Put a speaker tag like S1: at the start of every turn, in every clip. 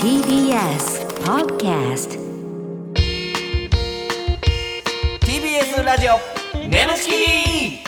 S1: TBS Podcast
S2: TBS ラジオ
S3: 眠ち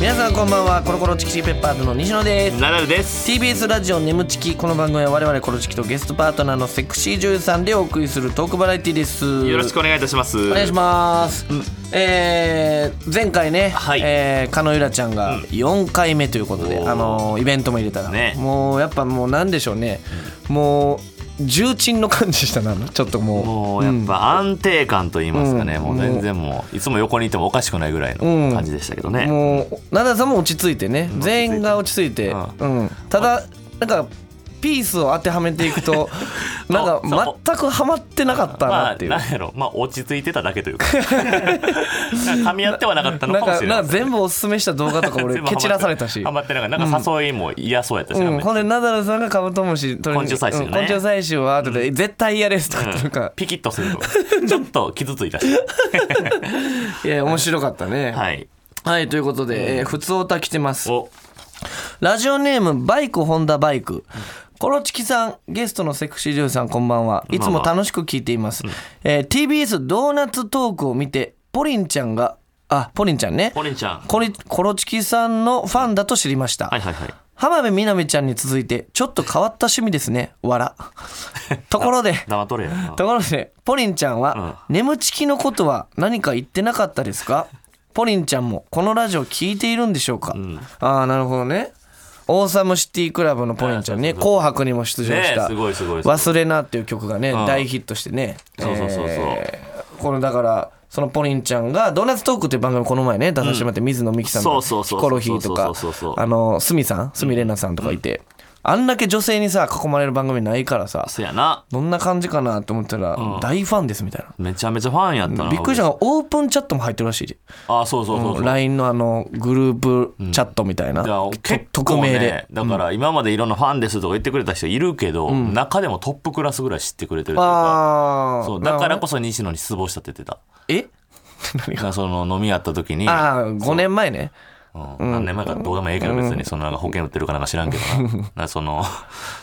S2: 皆さんこんばんはコロコロチキチキペッパーズの西野で
S3: き
S2: す
S3: ナダルです。
S2: TBS ラジオネムチキこの番組は我々コロチキとゲストパートナーのセクシー女優さんでお送りするトークバラエティです
S3: よろしくお願いいたします。
S2: お願いします、えー前回ね、
S3: はい
S2: えー、加納ゆらちゃんが4回目ということで、
S3: おー
S2: あのーイベントも入れたら、
S3: ね
S2: もうやっぱもうなんでしょうねもう重鎮の感じしたなちょっともう
S3: もうやっぱ安定感と言いますかね、
S2: うん
S3: もう全然もういつも横にいてもおかしくないぐらいの感じでしたけどね。
S2: もう奈良さんも落ち着いてね
S3: ん
S2: 全員が落ち着いて、
S3: 落ち着いて
S2: うん、ただなんかピースを当てはめていく となんか全くハマってなかった
S3: ま
S2: な
S3: あ
S2: っていう。
S3: なんやろまあ落ち着いてただけというかなんか噛み合ってはなかったの
S2: な
S3: か
S2: ん
S3: もし
S2: か
S3: れな
S2: ないんか全部おすすめした動画とか 俺蹴散らされたし
S3: ハマってなかったなんか誘いも嫌そうやったし、
S2: う、
S3: なんんか
S2: ほんでナダルさんがカブトムシ取りに
S3: 昆虫採集ね
S2: うん昆虫採集は後で絶対嫌ですとか言って
S3: う
S2: なんんか、
S3: ピキッとするとちょっと傷ついたし
S2: いや面白かったね、
S3: はいい
S2: はい、ということで、えー、普通オタ来てます
S3: お
S2: ラジオネームバイクホンダバイク。コロチキさん、ゲストのセクシー女優さんこんばんは。いつも楽しく聞いています。えー TBS ドーナツトークを見て、ポリンちゃんが、あ、ポリンちゃんね。
S3: ポリンちゃん
S2: コリコロチキさんのファンだと知りました。
S3: はいはいはい
S2: 浜辺美波ちゃんに続いて、ちょっと変わった趣味ですね。わ ら。ところで、
S3: 黙っとれやな
S2: ところで、ポリンちゃんは、眠ちきのことは何か言ってなかったですか ポリンちゃんもこのラジオ聞いているんでしょうか、ああ、なるほどね。オーサムシティクラブのポリンちゃんね、
S3: あーそうそうそう
S2: 紅白にも出場した、
S3: ねすごいすごいすごい
S2: 忘れなっていう曲がね、
S3: ん
S2: 大ヒットしてね。
S3: そうそうそうそう
S2: このだから、そのポリンちゃんが、ドーナツトークっていう番組この前ね、出させてもらって、水野美紀さんと
S3: そうそう
S2: か、
S3: そ
S2: ヒ
S3: う
S2: コロヒーとか
S3: そうそうそう、そう
S2: あの、スミさん、スミレナさんとかいて、あんだけ女性にさ、囲まれる番組ないからさ、
S3: そうやな
S2: どんな感じかなと思ったら、大ファンですみたい
S3: めちゃめちゃファンやった
S2: な。
S3: な
S2: びっくりしたのがオープンチャットも入ってるらしいで。
S3: あそうそうそうそう、
S2: うん LINE のあの、グループチャットみたいな。
S3: だから
S2: と
S3: 結
S2: 匿
S3: 構
S2: 名
S3: ね
S2: で。
S3: だから今までいろんなファンですとか言ってくれた人いるけど、中でもトップクラスぐらい知ってくれてるというか
S2: ああ。
S3: そうだからこ
S2: そ。
S3: そ西野に失望したって言ってた
S2: え
S3: だからその飲みやった時に、
S2: ああ、5年前ね。
S3: うん何年前かどうでもええけど別にそのなんか保険売ってるかなんか知らんけ どなだからその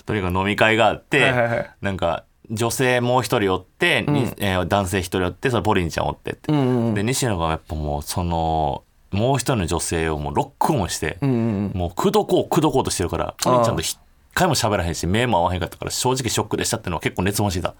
S3: とにかく飲み会があって、
S2: はいはいはい
S3: なんか女性もう一人おって、にえー男性一人おってそのポリンちゃんおってって、で西野がやっぱもうそのもう一人の女性をもうロックオンして、もう口説こう口説こうとしてるからポリンちゃんと一回も喋らへんし目も合わへんかったから正直ショックでしたってのは結構熱望してた、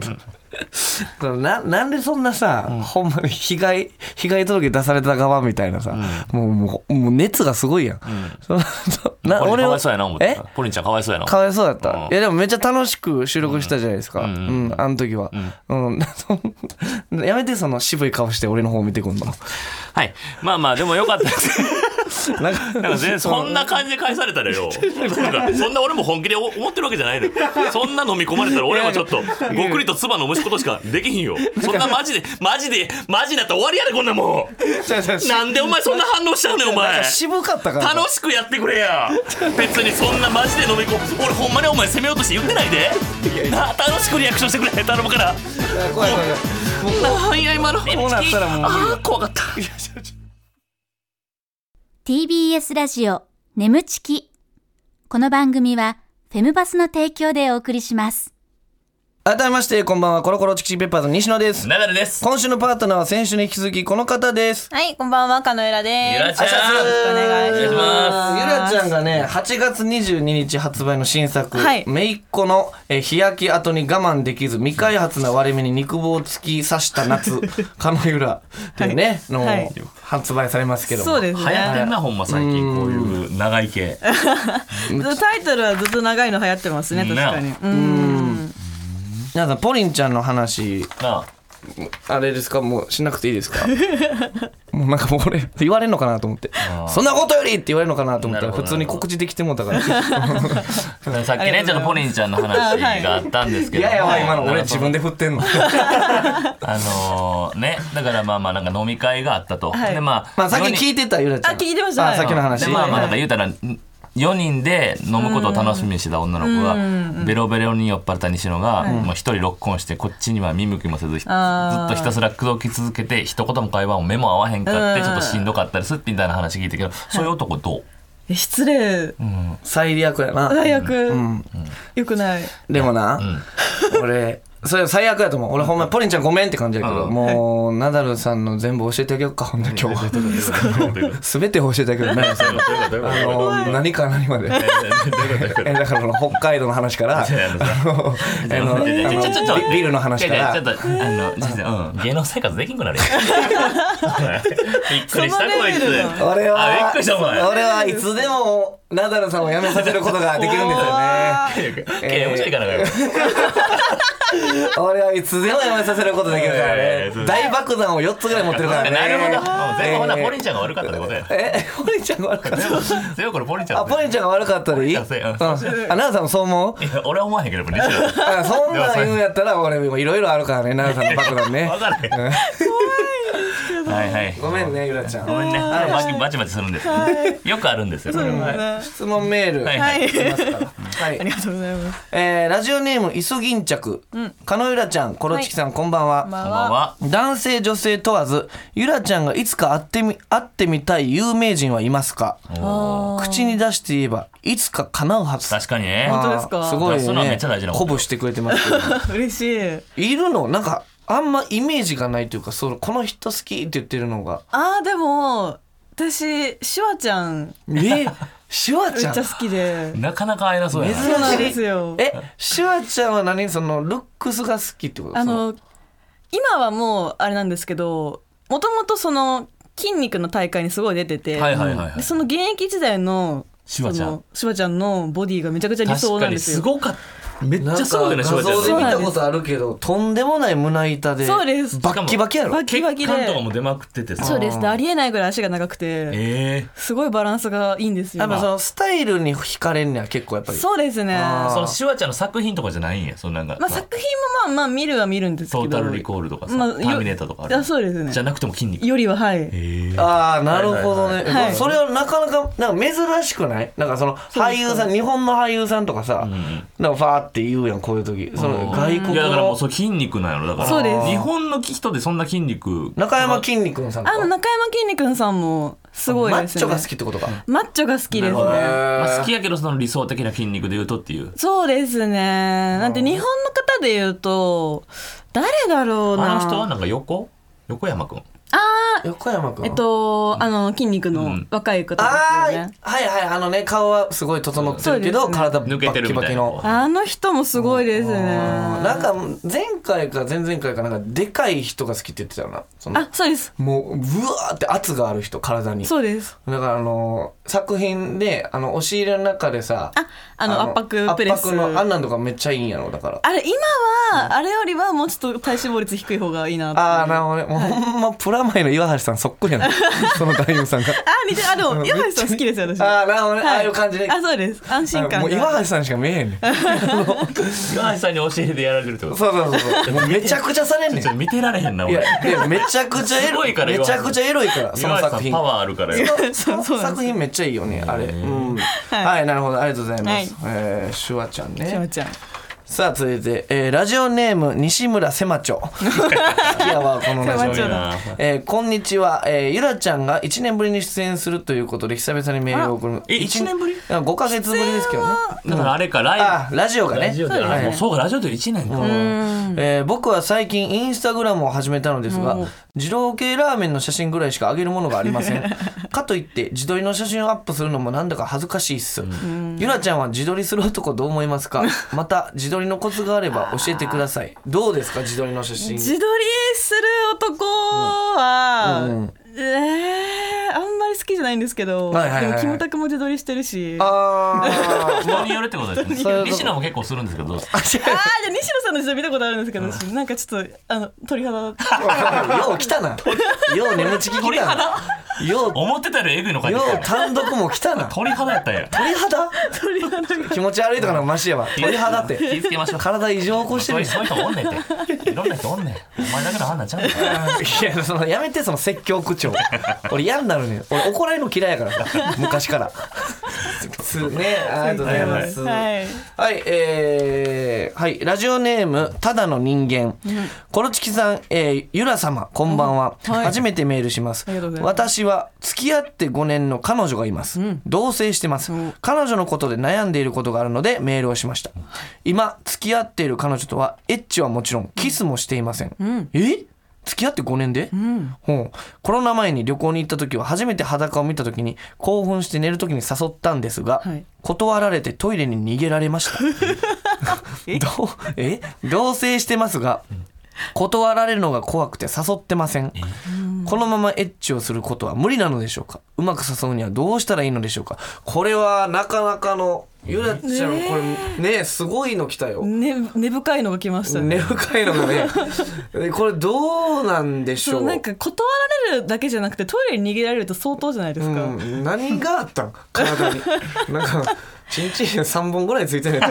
S2: ななんでそんなさ、ほんまに被害被害届出された側みたいなさ、もうもうもう熱がすごいやん、そのそのな
S3: ポリン
S2: 俺
S3: か
S2: は
S3: わ
S2: い
S3: そうやな思って
S2: え
S3: たポリンちゃんかわいそうやな
S2: かわいそうだった、
S3: うん
S2: いやでもめっちゃ楽しく収録したじゃないですかうん、あの時は、うんその やめてその渋い顔して俺の方見て くんの
S3: はいまあまあでもよかったです
S2: なんか
S3: なんか 全然そんな感じで返されたらよ。なんかそんな俺も本気で思ってるわけじゃないのよ。そんな飲み込まれたら俺もちょっと、ごっくりと唾飲むことしかできひんよ。そんなマジで、マジで、マジだったら終わりやでこんなもん。なんでお前そんな反応しちゃうねんお前。
S2: 渋かったから
S3: 楽しくやってくれや別にそんなマジで飲み込む俺ほんまにお前攻めようとして言ってないでな楽しくリアクションしてくれ頼むから
S2: 怖い怖い怖い
S3: なんや今の
S2: うなったらもう
S3: ああ怖かった
S4: TBS ラジオ眠ちき。この番組はフェムバスの提供でお送りします。
S2: 改めましてこんばんはコロコロチキチキペッパーズの西野です
S3: ナダルです
S2: 今週のパートナーは先週に引き続きこの方です
S5: はい、こんばんは、カノエラ
S3: ゆ
S5: で
S3: ら
S5: す。
S3: ちゃん
S5: お願いします。
S2: ゆらちゃんがね8月22日発売の新作
S5: はい
S2: 「めいっ子のえー日焼け跡に我慢できず未開発な割れ目に肉棒を突き刺した夏 かのゆら」っていうねの
S5: はい
S2: 発売されますけども
S5: そうです
S3: 流行ってん
S5: ね。
S3: なほんま最近こういう長い系
S5: タイトルはずっと長いの流行ってますね、確かに。うん。
S2: 皆さんポリンちゃんの話
S3: な
S2: あれですかもうしなくていいです かもうなんかもう俺言われるのかなと思って「そんなことより!」って言われるのかなと思ったら
S3: なるほ
S2: 普
S3: ど
S2: 通に告知できてもうた から
S3: あさっきねちょっとポリンちゃんの話があったんですけ
S2: い
S3: ど
S2: ややばい今の俺自分
S3: で
S2: で振ってんの
S3: あのーねだからまあまあなんか飲み会があったと
S5: はい
S3: でまあ
S2: まあさっき
S3: 四人
S2: 聞いてたゆらちゃん
S5: あ聞いてました
S2: あさっきの話
S3: でまあまあ
S5: は
S3: ないんか言うたら4人で飲むことを楽しみにしてた女の子がベロベロに酔っ払った西野がもう一人ロックオンしてこっちには見向きもせずひずっ
S5: あー
S3: とひたすら口説き続けて一言も会話も目も合わへんかって
S5: うん
S3: ちょっとしんどかったですってみたいな話聞いたけどそういう男どう
S5: いえ失礼
S2: 最悪やな
S5: 最悪、よくない
S2: でもな、俺それ最悪やと思う俺ほんまポリンちゃんごめんって感じやけど、
S3: うん
S2: もうナダルさんの全部教えてあげようかほんで今日は 全て教えてあげる何それあの何から何までえだからその北海道の話からあの あのあのビビルの話から
S3: ちょっと、あの、実は、うん、芸能生活できんくなるよ。びっくりした、こいつ。
S2: 俺
S3: あびっ
S2: は
S3: くりしたお前
S2: 俺はいつでもナダルさんを辞めさせることができるんですよね
S3: 刑務所行かなかよ。
S2: 俺はいつでも辞めさせることできるから
S3: え
S2: ね
S3: ーそう
S2: 大爆弾を4つぐらい持ってるからね
S3: なるほど。全部ほな、
S2: えー
S3: ポリンちゃんが悪かったってこ とや。
S2: えポリンちゃんが悪かった
S3: 全部これポリンちゃん
S2: あ、
S3: の
S2: ポ
S3: せい。
S2: リンちゃんが悪かったり。
S3: ポリンちゃんのせいうん
S2: うんあ、奈々さんもそう思う。
S3: いや俺は思わへんけど、ポリンちゃん。
S2: あ、そんなん言うんやったら、俺もいろいろあるからね、奈々さんの爆弾ね
S3: わ。からへん。はいはい。
S2: ごめんね、ゆらちゃん。
S3: ごめんね。
S2: は
S3: バチバチバチするんですよね。よくあるんですよ、これは。
S2: い質問メール。
S3: はい
S2: は
S3: はい。
S5: あ
S2: い
S5: り。がとうございます
S2: えーラジオネーム、イソギンチャク。かのゆらちゃん、コロチキさん、こんばんは。
S3: こんばんは。
S2: 男性女性問わずゆらちゃんがいつか会ってみ会ってみたい有名人はいますか口に出して言えばいつか叶うはず
S3: 確かにね。
S5: 当ですか
S2: あーすごい
S3: そんなんめっ
S2: ね
S3: ちゃ大事なこ
S2: 鼓
S3: と
S2: 舞してくれてますけど
S5: 嬉しい
S2: いるのなんかあんまイメージがないというかそのこの人好きって言ってるの が
S5: あーでも私シュワちゃん
S2: えシュワ
S5: め
S2: ちゃ
S5: っ
S2: ん
S5: ちゃ好きで
S3: なかなか会えなそうやな。
S5: そうなんですよ
S2: えシュワちゃんは何そのルックスが好きってこと
S5: あの今はもうあれなんですけどもともとその筋肉の大会にすごい出てて、
S3: はいはいはいはい
S5: でその現役時代の
S3: シュワちゃん
S5: そのシュワちゃんのボディがめちゃくちゃ理想
S3: 確
S5: な
S3: か
S5: んで
S3: に
S5: す
S3: す
S5: よ
S3: ごかった。めっち
S2: なん
S3: ゃ
S2: か
S3: すごいよね、シュ
S2: 画
S3: ワちゃん
S2: 像
S3: ね。
S2: で見たことあるけどとんでもない胸板で
S5: そうです
S2: バッキバキやろ
S5: バッキバキ
S3: 血
S5: で
S3: 管とかも出まくっててさ
S5: そうですでありえないぐらい足が長くて
S3: え
S5: すごいバランスがいいんです
S2: や
S5: よ
S2: っぱそのスタイルに惹かれんねや結構やっぱり
S5: そうですね
S3: え
S2: あ
S3: そのシュワちゃんの作品とかじゃないんやそのなんか、
S5: まあ、作品もまあまあ見るは見るんですけ
S3: トータ
S5: ど
S3: ルリコールとかさ、
S5: まあ
S3: タ
S5: よ
S3: ーミネーターとかある
S5: あそうですね
S3: じゃなくても筋肉
S5: よりははい、
S3: え
S2: ああなるほどね、
S5: いはいはい
S2: それはなかなかなんか珍しくないなんかその俳優さん日本の俳優さんとかさ、なんかファーって言うやんこういう時その外国
S3: いやだからも
S2: の
S3: うそれ筋肉なんやろだから
S5: そうです
S3: 日本の人でそんな筋肉
S2: 中山きんに君さんと
S5: あ
S2: か
S5: の中山きんに君さんもすごい
S2: マッ
S5: です
S2: チ
S5: ね
S2: ョが好きってことか
S5: マッチョが好きです
S3: なる
S5: ね
S3: まあ、好きやけどその理想的な筋肉で言うとっていう
S5: そうですねなんて日本の方で言うと誰だろうな
S3: あの人はなんか横横山くん
S2: 横山君
S5: えっとあの筋肉
S3: う
S5: の
S3: ん
S5: 若い方
S2: あ
S5: ですよ
S2: ー
S5: ね、
S2: はいはいあのね顔はすごい整ってるけど、
S5: そうですね
S2: 体バ
S3: 抜けて
S2: ッ
S3: る
S2: キ
S3: み
S2: バ
S3: た
S2: キ
S3: い
S2: の
S3: な
S5: あの人もすごいですね
S2: なんか前回か前々回かなんかでかい人が好きって言ってたよなその
S5: あそうです
S2: もううわーって圧がある人体に
S5: そうです
S2: だからあの作品であの押し入れの中でさ
S5: ああの圧迫プレス
S2: 圧迫のあんなんとかめっちゃいいんやろだから
S5: あれ今はあれよりはもうちょっと体脂肪率低い方がいいなっていう
S2: ああーなるほどねもうほんまプラマイの岩橋さんそっくりや なその男優さんが
S5: あ似てるあでも岩橋さん好きですよ私
S2: ああなるほどね、
S5: は
S2: ああいう感じで
S5: あそうです安心
S2: あ
S5: 感
S2: も
S5: が
S2: う岩橋さんしか見えへん ねん
S3: 岩橋さんに教えてやられてるってこと
S2: そうそうそうそうもうめちゃくちゃされんねん
S3: ちょっと見てられへんない俺
S2: やいやめちゃくちゃエ
S3: す
S2: ロ
S3: ご
S2: い
S3: いから
S2: め
S3: 岩橋
S2: ち
S3: さん
S2: ゃくちゃエロいからその
S3: 岩橋さ
S2: 作
S3: ん
S2: 品
S3: パワーあるからよ
S2: その作品めっちゃいいよねあれうんはい、なるほどありがとうございます、えーシュワちゃんね
S5: しまちゃん
S2: さあ続いて、えーラジオネーム西村せまち ょ好きやわこのラジオ
S5: せまちょだ
S3: な
S2: えーこんにちは、えーゆらちゃんが1年ぶりに出演するということで久々にメールを送る
S3: え一年ぶり
S2: ?5 ヶ月ぶりですけどね
S3: だからあれかラ
S2: あ
S3: イ
S2: ラジオが
S3: ブラ
S2: ね
S3: ジオで
S5: そうですね
S3: あもうそうかラジオで1年か
S2: えー僕は最近インスタグラムを始めたのですが二郎系ラーメンの写真ぐらいしか上げるものがありませ んかといって自撮りの写真をアップするのもなんだか恥ずかしいっす、ゆらちゃんは自撮りする男どう思います かまた自撮りのコツがあれば教えてくださいどうですか自撮りの写真
S5: 自撮りする男は、えーあんまり好きじゃないんですけど、
S2: はいはいはいはい
S5: でもキムタクも自撮りしてるしあ
S2: あー
S3: 人によるってことです
S2: そういう
S3: ね
S2: こと
S3: 西野も結構するんですけどどうですか
S2: あ違う
S5: あーじゃあ西野さんの自撮り見たことあるんですけど私なんかちょっとあの 鳥肌
S2: よう来たな。よう眠ちき来たな。よう、
S3: 思ってたよりエグいの感じ
S2: よ
S3: てきた
S2: う単独も来たな。
S3: 鳥肌やったんや
S2: 鳥肌
S5: 鳥肌が
S2: 気持ち悪いとかのマシやわ。鳥肌っ
S3: 気
S2: て。
S3: ぃつけましょう
S2: 体異常起こして
S3: そ
S2: る
S3: うい
S2: や
S3: うんそういう人おんねんっていろんな人おんねんお前だけの判断ちゃうんか
S2: いや、その、やめて、その 説教口調。俺嫌になるねん。俺怒られるの嫌いやからさ昔から。すねありがとうございます
S5: はい
S2: はい、えー、はい、ラジオネーム、ただの人間。コロチキさん、えー、ゆら様、こんばんは。
S5: はい
S2: 初めてメールします。
S5: ありがとうございます
S2: 私は、付き合って5年の彼女がいます。同棲してます。彼女のことで悩んでいることがあるので、メールをしました。今、付き合っている彼女とは、エッチはもちろん、キスもしていません。え付き合って5年で、ほうコロナ前に旅行に行った時は初めて裸を見た時に興奮して寝る時に誘ったんですが、
S5: はい
S2: 断られてトイレに逃げられま した どうえ同棲してますが断られるのが怖くて誘ってませんこのままエッチをすることは無理なのでしょうかうまく誘うにはどうしたらいいのでしょうかこれはなかなかのゆらちゃん、
S5: ねえ
S2: これねすごいの来たよ、
S5: ね根深いのが来ましたね
S2: 根深いのがね これどうなんでし
S5: そ
S2: ょ
S5: う
S2: う
S5: なんか断られるだけじゃなくてトイレに逃げられると相当じゃないですか、
S2: うん、何があったん体になんかチンチン3本ぐらいついてない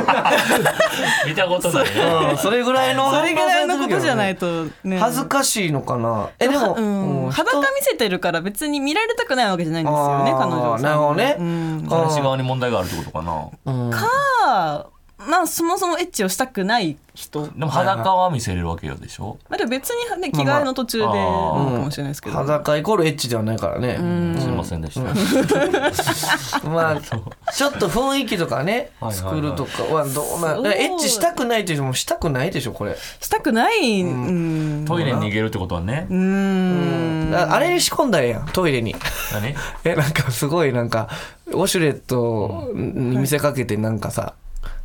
S3: 見たことないね
S2: と、うん、それぐらいの
S5: それぐらいのことじゃないとね
S2: 恥ずかしいのかなえでも、
S5: うん
S2: うん
S5: 裸見せてるから別に見られたくないわけじゃないんですよね
S2: あー
S5: 彼女さん
S2: なるほどね
S5: うん
S2: あー
S3: 彼氏側に問題があるってことかな
S5: かまあそもそもエッチをしたくない人
S3: でも裸は見せれるわけよでしょ
S5: まあでも別に、ね、着替えの途中でな
S3: まあまあ
S5: のかもしれないですけど、
S2: 裸イコールエッチではないからね、
S3: すいませんでした
S2: ま あちょっと雰囲気とかね
S3: はいはいは
S2: 作
S3: い
S2: るとかはどうなん
S5: そう
S2: エッチしたくないという人もしたくないでしょこれ
S5: したくないうん
S3: トイレに逃げるってことはね
S5: うん
S2: ああれに仕込んだらええやんトイレに
S3: 何
S2: えなんかすごいなんかウォシュレットに見せかけてなんかさ、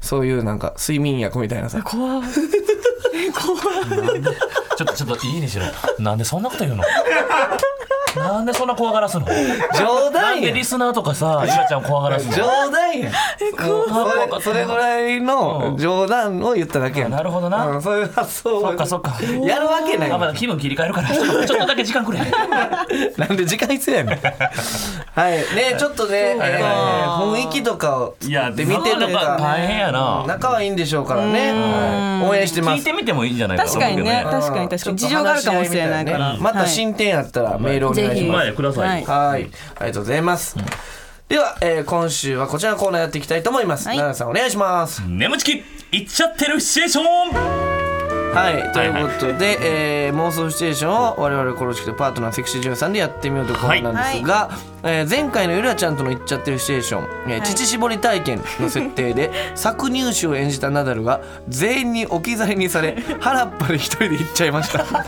S2: そういうなんか睡眠薬みたいなさ
S5: 怖いえ怖い
S3: ちょっとちょっといいにしろなんでそんなこと 言うのなんでそんな怖がらすの
S2: 冗
S3: な
S2: 談
S3: んで
S2: やん
S3: リスナーとかさゆらちゃん怖がらすの
S2: 冗談やんもうそれそれぐらいの
S3: うん
S2: 冗談を言っただけやん
S3: なるほどな
S2: うんそういう発想を
S3: そっかそっか
S2: やるわけない
S3: あまだ気分切り替えるからちょっとちょっとだけ時間 くれ
S2: なんで時間必要や ねんはいねちょっとね、えー雰囲気とかを
S3: いや
S2: で見てと
S3: なかなか
S2: か
S3: 大変やな
S2: 仲はいいんでしょうからね、はい応援してま
S3: 聞
S2: す
S3: いてみてもいいんじゃないか
S5: 確かにね確かに確かに事情があるかもしれないから、
S2: また進展あったらメールお願いし
S5: ぜひ
S2: ます。
S3: 前くださいよ
S2: はい、ありがとうございます。では、えー今週はこちらのコーナーやっていきたいと思います。
S5: はい
S2: 奈々さんお願いします。
S3: 眠ちき行っちゃってるシチュエーション
S2: はい、ということで、えー妄想シチュエーションを我々コロチキとパートナーセクシー女優さんでやってみようというコーナーなんですが、えー前回のゆらちゃんとの言っちゃってるシチュエーション、えー乳搾り体験の設定 で搾乳酒を演じたナダルが全員に置き去りにされ腹っぱで一人で行っちゃいました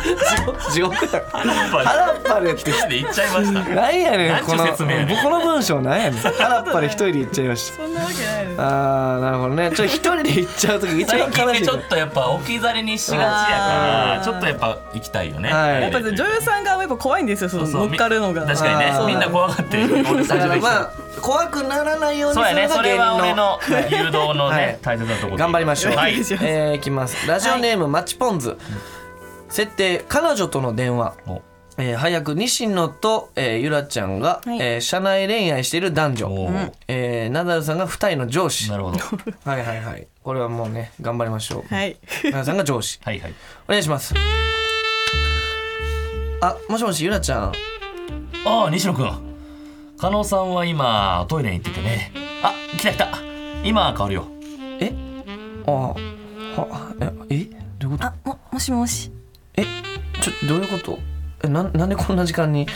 S2: 地獄地獄だ腹っぱでって
S3: で行っちゃいま した
S2: なんやねん
S3: なん
S2: こ
S3: ちゅう
S2: の
S3: 説明やねん
S2: 僕の文章なん やねん腹っぱで一人で行っちゃいました
S5: そんなわけないです
S2: あーなるほどねちょ一人で行っちゃう時一番
S3: 最近
S2: 悲
S3: っ
S2: しい
S3: てちょっとやっぱ置き去りにしがちやからちょっとやっぱ行きたいよね、
S2: はい
S5: やっぱね女優さん側もやっぱ怖いんですよその
S3: そう
S5: 乗っかるのが
S3: 確かに
S2: あ
S3: ね
S2: ー
S3: みんな怖がって
S2: だ
S3: 俺
S2: か
S3: 最初で
S2: ら
S3: きた、
S2: まあ怖くならないようにす
S3: そうや
S2: る
S3: ね
S2: の
S3: そ
S2: が
S3: れは俺
S2: 芸能
S3: の 誘導のね、
S2: はい
S3: 大切なところ
S2: 頑張りましょう、
S3: はい
S5: いします
S2: えー、いきますラジオネーム、マッチポンズ設定彼女との電話
S3: お
S2: えー早く西野と、えーゆらちゃんが、
S5: はい
S2: えー社内恋愛している男
S3: お
S2: 女、
S3: ー
S2: えーナダルさんが二人の上司は
S3: なるほど
S2: いはいはいこれはもうね頑張りましょ う、
S5: はい
S2: ナダルさんが上司
S3: はいはい
S2: お願いしますあもしもしゆらちゃん
S3: ああ西野くん加納さんは今トイレに行っててねあ来た来た今変わるよ
S2: えあはええどういうこと
S5: あももしもし
S2: えちょどういうことえなんなんでこんな時間に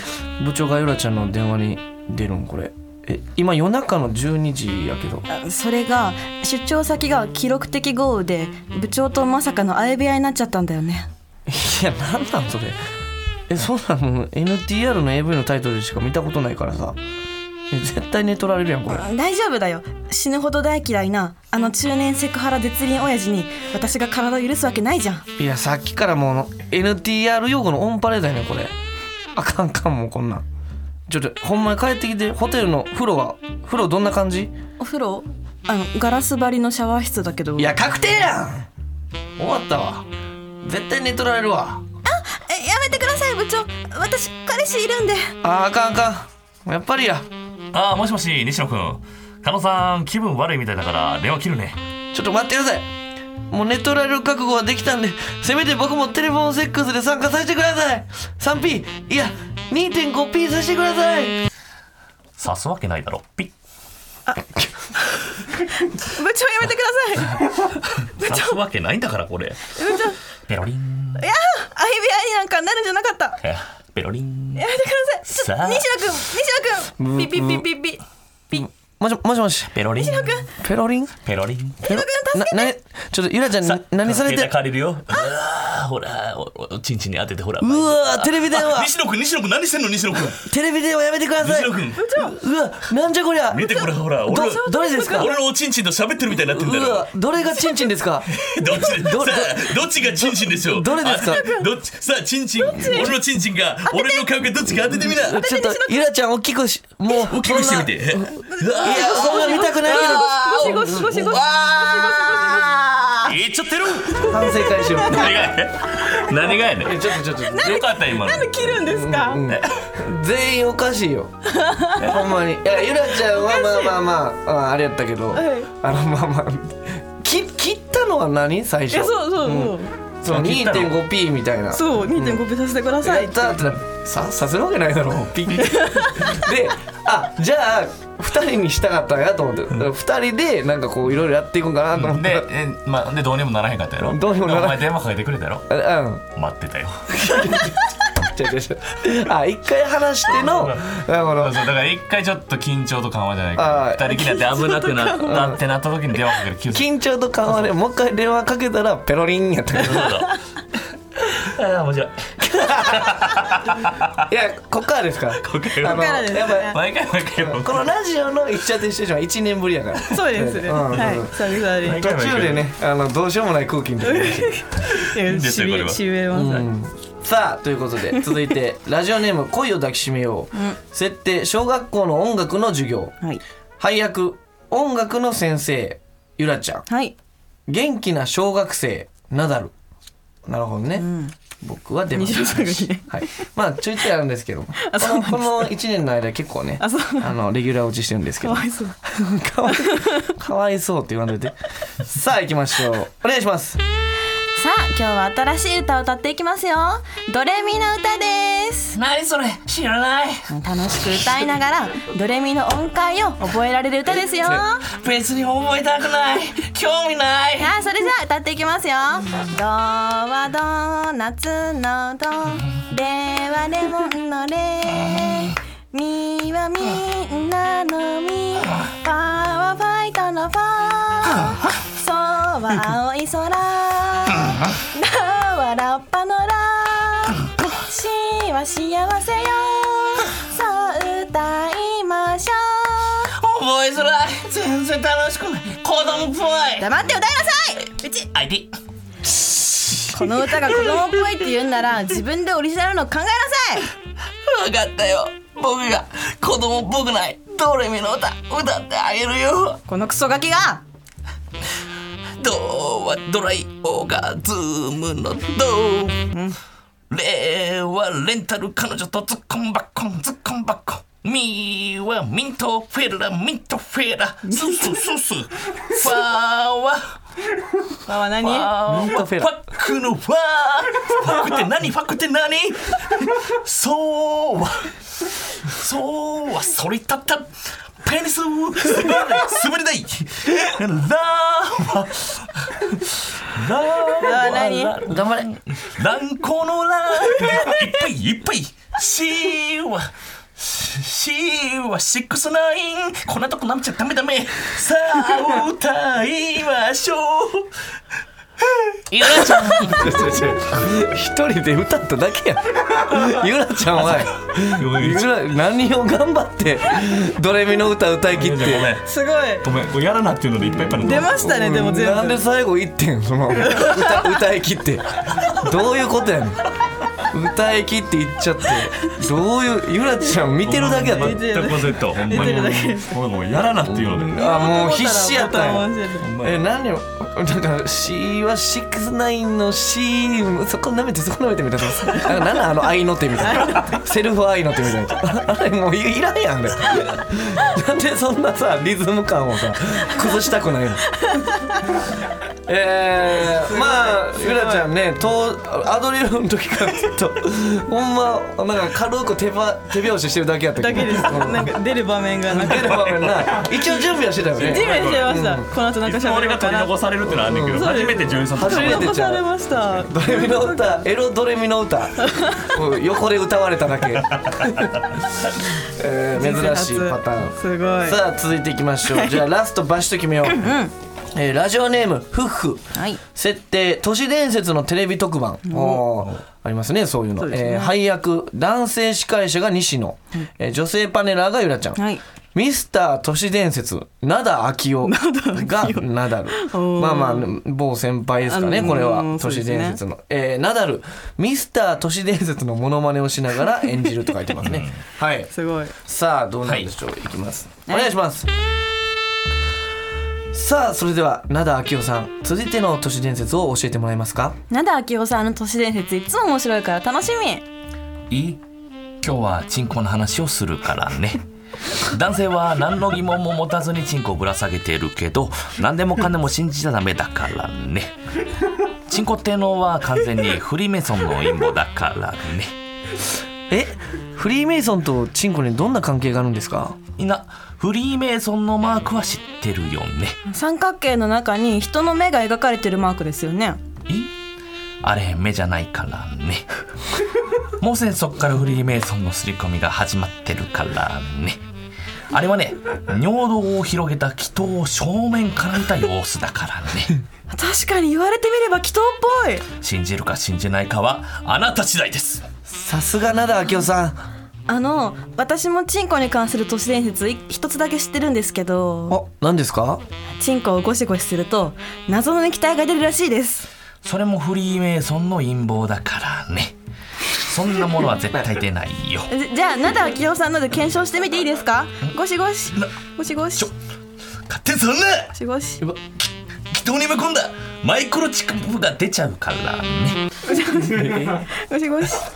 S2: 部長がゆらちゃんの電話に出るんこれえ今夜中の12時やけど
S6: あそれが出張先が記録的豪雨で部長とまさかの相部屋になっちゃったんだよね
S2: いやなんなんそれえそんなんもう NTR の AV のタイトルでしか見たことないからさえ絶対寝取られるやんこれ
S6: 大丈夫だよ死ぬほど大嫌いなあの中年セクハラ絶倫親父に私が体を許すわけないじゃん
S2: いやさっきからもう NTR 用語のオンパレードやねんこれあかんあかんもうこんなんちょっとほんまに帰ってきてホテルの風呂は風呂どんな感じ
S6: お風呂あのガラス張りのシャワー室だけど
S2: いや確定やん終わったわ絶対寝取られるわ
S6: えやめてください部長私彼氏いるんで
S2: あーあかんあかんやっぱりや
S3: ああもしもし西野くん加納さん気分悪いみたいだから電話切るね
S2: ちょっと待ってくださいもう寝取られる覚悟はできたんでせめて僕もテレフォンセックスで参加させてください 3P いや 2.5P させてください
S3: 刺すわけないだろピッ
S5: 部長やめてくださ い
S3: 刺すわけないんだからこれ
S5: 部長
S3: ペロリン
S5: いやー相部屋になんかなるんじゃなかった
S3: ペロリン
S5: やめてくださいち
S3: さあ
S5: ょ西野くん西野くんピッピッピッピッピッ
S2: もしもしもし
S3: ペロリン
S2: ペロリン
S3: ペロリン
S2: ペロななちょっとゆらちゃんな何されて
S3: 携帯借りるようわーほらおおおちんちんに当ててほら
S2: うわーテレビ電
S3: あ
S2: 話
S3: 西野くん西野くん何してんの西野くん
S2: テレビ電話やめてください
S3: 西野くん
S2: うわなんじゃこりゃ
S3: 見てこれほら俺
S2: どどれですか
S3: 俺のおちんちんと喋ってるみたいになってんだ
S2: う
S3: ろ
S2: わどれがチンチンですか
S3: どっちさ
S2: ど
S3: あどっちがチンチンでしょう
S2: どどれですか
S3: あどっちさあチンチン俺のチンチンが俺の顔がどっちか当ててみな
S2: ちょっとゆらちゃん大きくしもう
S3: 大きくしてみて
S2: そんないやそんな見たくないけど
S5: ゴシゴシゴシゴシゴシゴシゴシ
S3: 言っちゃってる
S2: 反省会しよう
S3: 何がやねん何がやねん
S2: ちょっとちょっと
S3: よかった今の
S5: なんで切るんですか
S2: 全員おかしいよほんまにいやゆらちゃんはまあまあまあああれやったけど、
S5: い
S2: あのまあまあき切ったのは何最
S5: いや
S2: 初
S5: そうそうそう
S2: その 2.5P みたいな
S5: そう2.5倍させてください
S2: やったってなささせるわけないだろう ピッであじゃあ2人にしたかったんやと思って2人でなんかこういろいろやっていこうかなと思って、
S3: で、えまあ、でどうにもならへんかったやろ
S2: どうにもならへん
S3: お前電話かけてくれたやろ
S2: あうん
S3: 待ってたよ
S2: 違う違う違う あ一回話して のなるほ
S3: そ
S2: ど
S3: うそうだから一回ちょっと緊張と緩和じゃない
S2: あ
S3: か
S2: ー
S3: 二人きりになって危なくなったってなった時に電話かける気がする
S2: 緊張と緩和でもう一回電話かけたらペロリンやったけど
S3: そうだああ面白い
S2: いやこっからですから
S3: こっから
S2: あの
S5: からですね
S2: やっぱ
S3: 毎回毎回
S2: このラジオの一茶と一緒には1年ぶりやから
S5: そうですね
S2: ん
S5: はい
S2: うん
S5: 久々に
S2: 途中でねあのどうしようもない空気になってる
S5: え
S3: です
S5: し
S3: よ
S5: び
S3: これは
S5: しびれます
S2: さあということ で続いてラジオネーム「恋を抱きしめよう」設定小学校の音楽の授業
S5: はい
S2: 配役音楽の先生ゆらちゃん
S5: はい
S2: 元気な小学生ナダルなるほどね、僕は出ません
S5: 西野さんがね
S2: はい、まあちょいちょいあるんですけども
S5: あそうなんです
S2: このこの1年の間結構ね
S5: あそう
S2: あのレギュラー落ちしてるんですけ
S5: か
S2: ど
S5: わいそう
S2: かわい かわいそうって言わんといてさあ行きましょうお願いします
S6: さあ今日は新しい歌を歌っていきますよドレミの歌です
S3: 何それ知らない
S6: 楽しく歌いながらドレミの音階を覚えられる歌ですよさ
S3: 別に覚えたくない興味ない
S6: あそれじゃあ歌っていきますよ「ドはドーナツのド」「レはレモンのレ」「ミはみんなのミ」「ファはファイトのファ」「ソは青い空」「ラはラッパのラ」「シは幸せよ」さあ歌いましょ
S3: 覚えづらい全然楽しくない子供っぽ
S6: う
S3: い
S6: 黙って歌いなさいうち
S3: ID
S6: この歌が子供っぽいって言うんなら自分でオリジナルの考えなさい
S3: 分かったよ僕が子供っぽくないドレミの歌歌ってあげるよ
S6: このクソガキが
S3: ドはドライオーガズームのドレはレンタル彼女とズッコンバッコンズッコンバッコンミはミントフェラミントフェラススススファは
S5: ファは何
S3: あ
S2: ミントフェラ
S3: ファックのファファックって何ファックって何そうはそうはそり立ったペニス滑り滑り台ラーはラ
S5: ラ
S3: ーは
S5: ー何
S2: 頑張れ
S3: ランコのラーいっぱいいっぱいシーはシーはシックスナインこんなとこ舐めちゃダメダメさあ歌いましょうゆらちゃん
S2: 一人で歌っただけやんゆらちゃんは
S3: ごめん
S2: ゆら何を頑張ってドレミの歌歌い切って
S5: すごい
S3: ごめんごめんやらなっていうのでいっぱいいっぱい
S5: 出ましたねでも全
S2: なん
S5: 部
S2: で最後一点その歌歌い切ってどういうことやねん歌い切って言っちゃってどういうゆらちゃん見てるだけやった
S5: 全く忘
S3: れたほん
S5: まに出てるだけで
S3: ごめんやらなっていうので
S2: あもう必死やったんや
S5: 面白い
S2: え何をだから C は69の C そこ舐めてそこ舐めてみたいな何なんあの愛の手みたいなセルフ愛の手みたいなあれもういいらんやんだよなんでそんなさリズム感をさ崩したくないのえー、まあゆらちゃんねとアドリブの時からずっとほんまなんか軽く手ば手拍子してるだけやった
S7: だ
S2: けど
S7: けですなんか出る場面がなく
S2: 出
S7: て
S2: る場面な一応準備はしてたよ
S7: 地
S2: ね
S7: 面してました、この後なんか
S3: いつも
S7: 喋
S3: 俺
S7: る
S3: が
S7: か
S3: 取り
S7: な
S3: 残されるっていうのはあんねんけど、
S7: うん
S3: 初めて女優さんと
S2: 初
S7: 取
S2: め
S7: り
S2: て
S7: 残
S2: ちゃ
S7: さ
S2: う
S7: れました
S2: ドレミの歌エロドレミの歌うん横で歌われただけ、 えー珍しいパターン
S7: すごい
S2: さあ続いていきましょうじゃあラストバシッと決めようえーラジオネームフッフ、
S5: はい
S2: 設定都市伝説のテレビ特番、おーありますねそういうの
S7: うですね
S2: えー配役男性司会者が西野、えー女性パネラーがゆらちゃん、
S5: はい
S2: ミスター都市伝説灘昭夫がナダル
S7: おー
S2: まあまあ某先輩ですかね
S7: あのー
S2: これは、
S7: そ
S2: 都
S7: うで
S2: 市
S7: すね
S2: 伝説の、えーナダルミスター都市伝説のモノマネをしなが ら演じると書いてますねはい
S7: すごい
S2: さあどうなんでしょう、い、きますお願いします、さあそれでは灘明夫さん続いての都市伝説を教えてもらえますか
S5: 灘明夫さんの都市伝説いつも面白いから楽しみ
S3: いい今日はチンコの話をするからね男性は何の疑問も持たずにチンコをぶら下げているけど何でもかんでも信じちゃダメだからねチンコってのは完全にフリーメイソンの陰謀だからね
S2: えフリーメイソンとチンコにどんな関係があるんですか
S3: みんなフリーメイソンのマークは知ってるよね
S5: 三角形の中に人の目が描かれてるマークですよね
S3: いあれ目じゃないからね もうすでにそっからフリーメイソンの刷り込みが始まってるからねあれはね尿道を広げた祈祷を正面から見た様子だからね
S5: 確かに言われてみれば祈祷っぽい
S3: 信じるか信じないかはあなた次第です
S2: さすが灘明夫さん
S5: あの私もチンコに関する都市伝説い一つだけ知ってるんですけど
S2: あ何ですか
S5: チンコをゴシゴシすると謎の液体が出るらしいです
S3: それもフリーメイソンの陰謀だからねそんなものは絶対出ないよ
S5: じじゃあ灘明夫さんので検証してみていいですかゴシゴシゴシゴシ
S3: ちょ
S5: ゴ
S3: 勝手にすんな
S5: シゴシ
S3: 祈祷に埋め込んだマイクロチップが出ちゃうからね
S5: ゴシゴシ
S3: ちょっと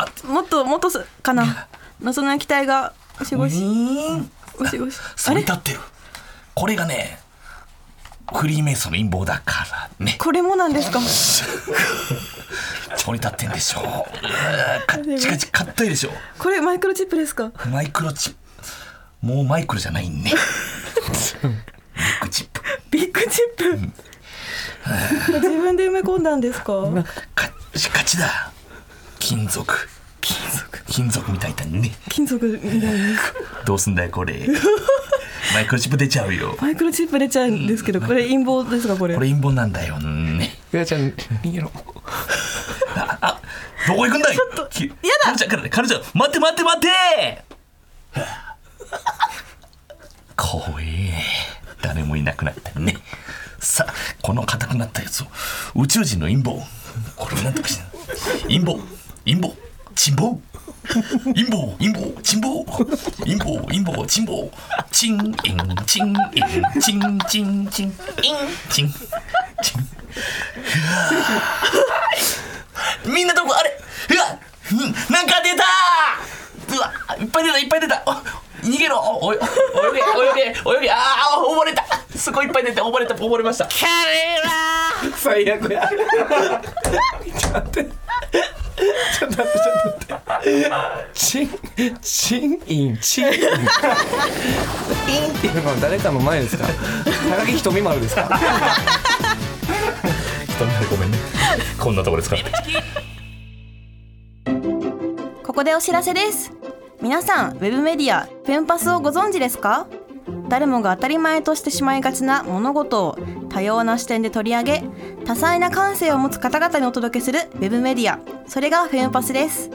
S3: 待って
S5: もっともっとすかな謎の液体がゴシ
S3: う
S5: ゴシ
S3: ーん
S5: ゴシゴシ
S3: そ
S5: あ
S3: れ
S5: れ
S3: 立ってるこれがねフリーメイソンの陰謀だからね
S5: これもなんですか
S3: 調理立ってんでしょううーカッチカチ硬いでしょ
S5: これマイクロチップですか
S3: マイクロチップもうマイクロじゃないねビッグチップ
S5: ビッグチップ 自分で埋め込んだんですか
S3: カッチカチだ金属金属金属みたいだね
S5: 金属みたいな
S3: どうすんだよこれマイクロチップ出ちゃうよ
S5: マイクロチップ出ちゃうんですけど、これ陰謀ですか、これ。
S3: これ陰謀なんだよね
S2: ゆらちゃん逃げろ
S3: ああどこ行くんだいちょっとやだちゃんからね彼女待って待って待って怖え誰もいなくなったよねさあこの硬くなったやつを宇宙人の陰謀これをなんとかしな陰謀陰謀沈謀陰謀陰謀沈謀陰謀陰謀沈謀チンインチンインチンチンチンインチンチンみんなどこあれうわうんなんか出たうわいっぱい出たいっぱい出たお逃げろおお泳げ泳げ泳げああ溺れたすごいいっぱい出て溺れた溺れました
S2: 最悪やちょっと待ってちょっと待ってちょっと待ってチンチンインチンインインっていうのは誰かの前ですか高木ひとみ丸ですか
S3: 人にごめんねこんなところですから
S5: ここでお知らせです。皆さん、ウェブメディア、フェムパスをご存知ですか誰もが当たり前としてしまいがちな物事を多様な視点で取り上げ、多彩な感性を持つ方々にお届けするウェブメディア、それがフェムパスです。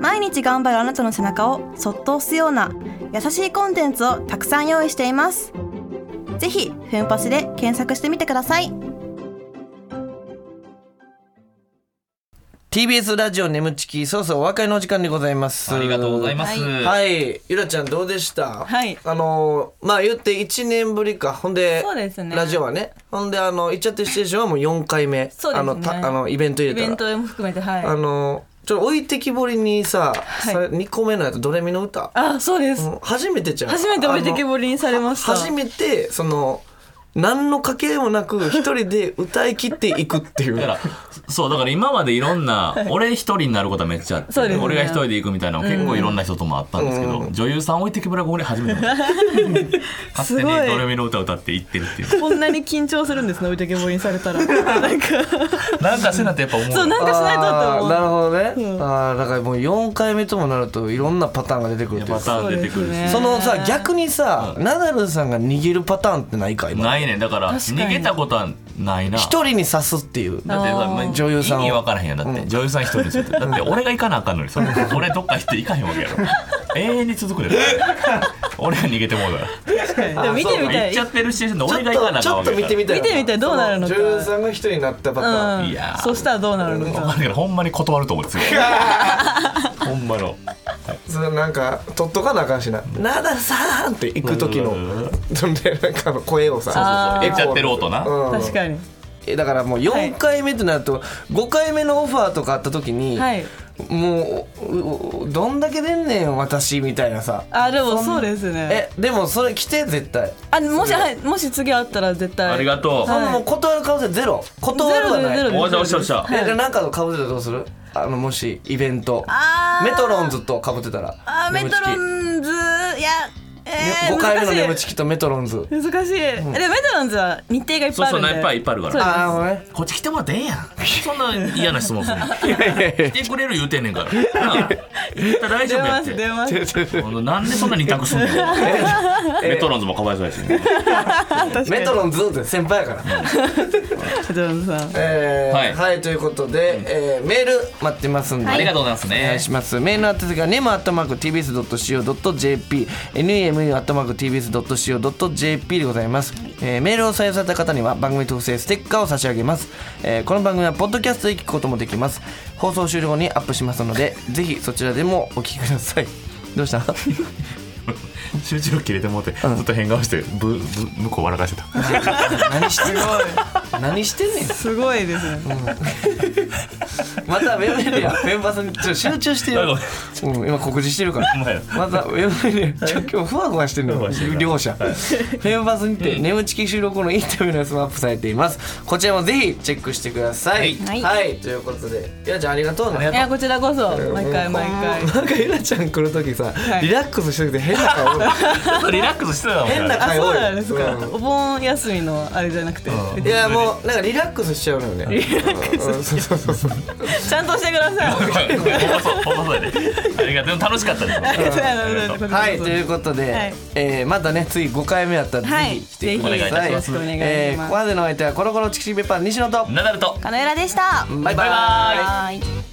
S5: 毎日頑張るあなたの背中をそっと押すような優しいコンテンツをたくさん用意しています。ぜひ、フェムパスで検索してみてください。
S2: TBS ラジオ眠ちきそろそろお別れのお時間でございます
S3: ありがとうございますす、
S2: はいゆらちゃんどうでした
S7: はい
S2: あのーまあ言って1年ぶりかほんで
S7: そうですね
S2: ラジオはねほんであの「いっちゃってるステーション」はもう4回目
S7: そうですね
S2: あのたあのイベント入
S7: イ
S2: れた
S7: ベ
S2: ら
S7: ントも含めてはい
S2: あのーちょっと置いてきぼりにさ、
S7: い
S2: さ2個目のやつ「ドレミの歌」
S7: あそうです、
S2: うん初めてじゃん
S7: 初めて置いてけぼりにされました
S2: 初めてその何の掛けもなく一人で歌い切っていくって いう
S3: だからそうだから今までいろんな俺一人になることはめっちゃあって、
S5: そうですね
S3: 俺が一人で行くみたいなの結構いろんな人ともあったんですけど、女優さん置いてけぼらが俺初めてだった勝手にドレミの歌歌って行ってるっていう
S5: こんなに緊張するんですね置いてけぼりにされ たらなんか
S3: なんかせなってやっぱ思う
S5: そうなんかしないとって
S2: あー
S5: 思う
S2: なるほどね、ああだからもう4回目ともなるといろんなパターンが出てくる
S3: や
S2: っ
S3: ってぱ
S2: い
S3: パ
S2: うか
S3: ターン出てくるし、
S5: そうですね
S2: そのさ逆にさ、ナダルさんが逃げるパターンってないか今
S3: ないねだから
S5: かに
S3: 逃げたことはないな
S2: 一人に刺すっていう
S3: だって
S5: あ
S3: まあ
S2: 女優さんを
S3: 意味わからへんやんだって、女優さん一人にするってだって俺が行かなあかんのにそれ俺どっか行って行かへんわけやろ永遠に続くで俺が逃げてもうだから
S5: でも見てみた
S3: 行っ
S5: い
S3: ちゃってるシチュエーション
S2: ち
S3: で
S2: ょ
S3: 俺
S2: っ
S3: が行かな
S2: と
S3: あ
S2: ち
S3: かん
S2: ょ
S3: わ
S2: っ
S3: け
S2: と
S3: やから
S2: 見てみたいな
S5: 見てみたいどうなるのか
S2: そ女優さんが一人になったパターン、
S5: うん
S3: いやー
S5: そしたらどうなるの
S3: わか
S5: か
S3: んないけどほん まに断ると思うんですよ ほんまの
S2: それなんか取っとかなあかんしな「ナダルさん!」って行く時のそんでなんかあの声をさ
S5: あー
S2: エコー
S3: 行っちゃってる音な
S2: うん
S5: 確かに
S2: えだからもう4回目となると5回目のオファーとかあった時に、
S5: はい
S2: もうううどんだけ出んねん私みたいなさ
S5: あでもそうですね
S2: えでもそれ来て絶対
S5: あもしはいもし次あったら絶対
S3: ありがとう
S2: そ
S5: はい
S2: んなもう断る可能性ゼロ断るはない
S5: ゼロ
S3: おっしゃおっしゃおっしゃ
S2: えじゃあなんかのかぶってたらどうするあのもしイベント
S6: あー
S2: メトロンズとかぶってたら
S6: あーメ
S2: 眠ち
S6: ト
S2: き
S6: ロンズいやえー、
S2: ね5回
S6: 難
S2: 目の
S6: しい
S2: 眠ちきとメトロンズ
S5: 難しい、でメトロンズは日程がいっ
S3: そう
S5: ぱいあ
S3: そ
S5: る
S3: うん
S5: で
S3: いっぱいいっぱいあるか
S5: そう
S3: ら
S5: です
S2: ああごめん
S3: こっち来てもらってええやんそんな嫌な質問す るの来てくれる言うてんねんからなあ絶対大丈
S5: 出
S3: 夫や
S5: ま
S3: っ
S5: す
S3: て
S5: 出ます
S3: ほんとなんでそんな二択 すんねんメトロンズもかわいそうやしね
S2: メトロンズって先輩やから
S5: メトロンズさん
S2: えーは、
S3: はいい
S2: ということで、えーメール待ってますんで、ね
S3: ありがとうございます
S2: お願
S3: ね
S2: いしますメールの宛先が nemu.tbs.co.jp nemu.tbs.co.jp でございます、えーメールを採用された方には番組特製ステッカーを差し上げます、えーこの番組はポッドキャストで聞くこともできます放送終了後にアップしますのでぜひそちらでもお聞きください どうした
S3: 集中力切れてもうてずっと変顔してぶぶ向こう笑か してた
S2: 何してんの何してんねん
S5: すごいですね
S2: またウェブメディアメンバーさんにちょっと集中してよ、うん、今告示してるから
S3: お前
S2: またウェブメディアちょ今日ふわふわしてる
S3: ふ
S2: の
S3: わふわしてるな
S2: 両者メンバーさんにて眠ちき収録後のインタビューのやつもアップされていますこちらもぜひチェックしてください
S6: はい
S2: ということでゆらちゃんありがとう
S3: あり
S2: ね
S5: いやこちらこそ毎回毎 回
S2: なんかゆらちゃん来る時さ、
S5: い
S2: リラックスしてくて変な顔
S3: リラックスしてたもん
S2: 変な
S5: あ
S2: 会
S5: そ
S2: 多
S5: う
S2: い
S5: なんですか、
S2: うん
S5: お盆休みのあれじゃなくて、
S2: いやもうなんかリラックスしちゃうのよねリラックスそうそうそうそう
S5: ちゃんとしてくだ さい
S3: ほんまそうほんまそうやでありがとうでも楽しかったです
S5: あり がとうございます
S2: はい、ということで、
S5: はい
S2: えーまたね、次5回目やったら、
S5: は
S2: ぜ
S5: い
S2: ひ来てください。
S3: ぜひお願いいたします
S5: よろしくお願いします
S2: えーここまでのお相手は、コロコロチキチキペッパーの西野と、
S3: ナダルと
S6: カノエラでした
S2: バイバ
S3: バ
S2: イ
S3: イバイ
S6: はーい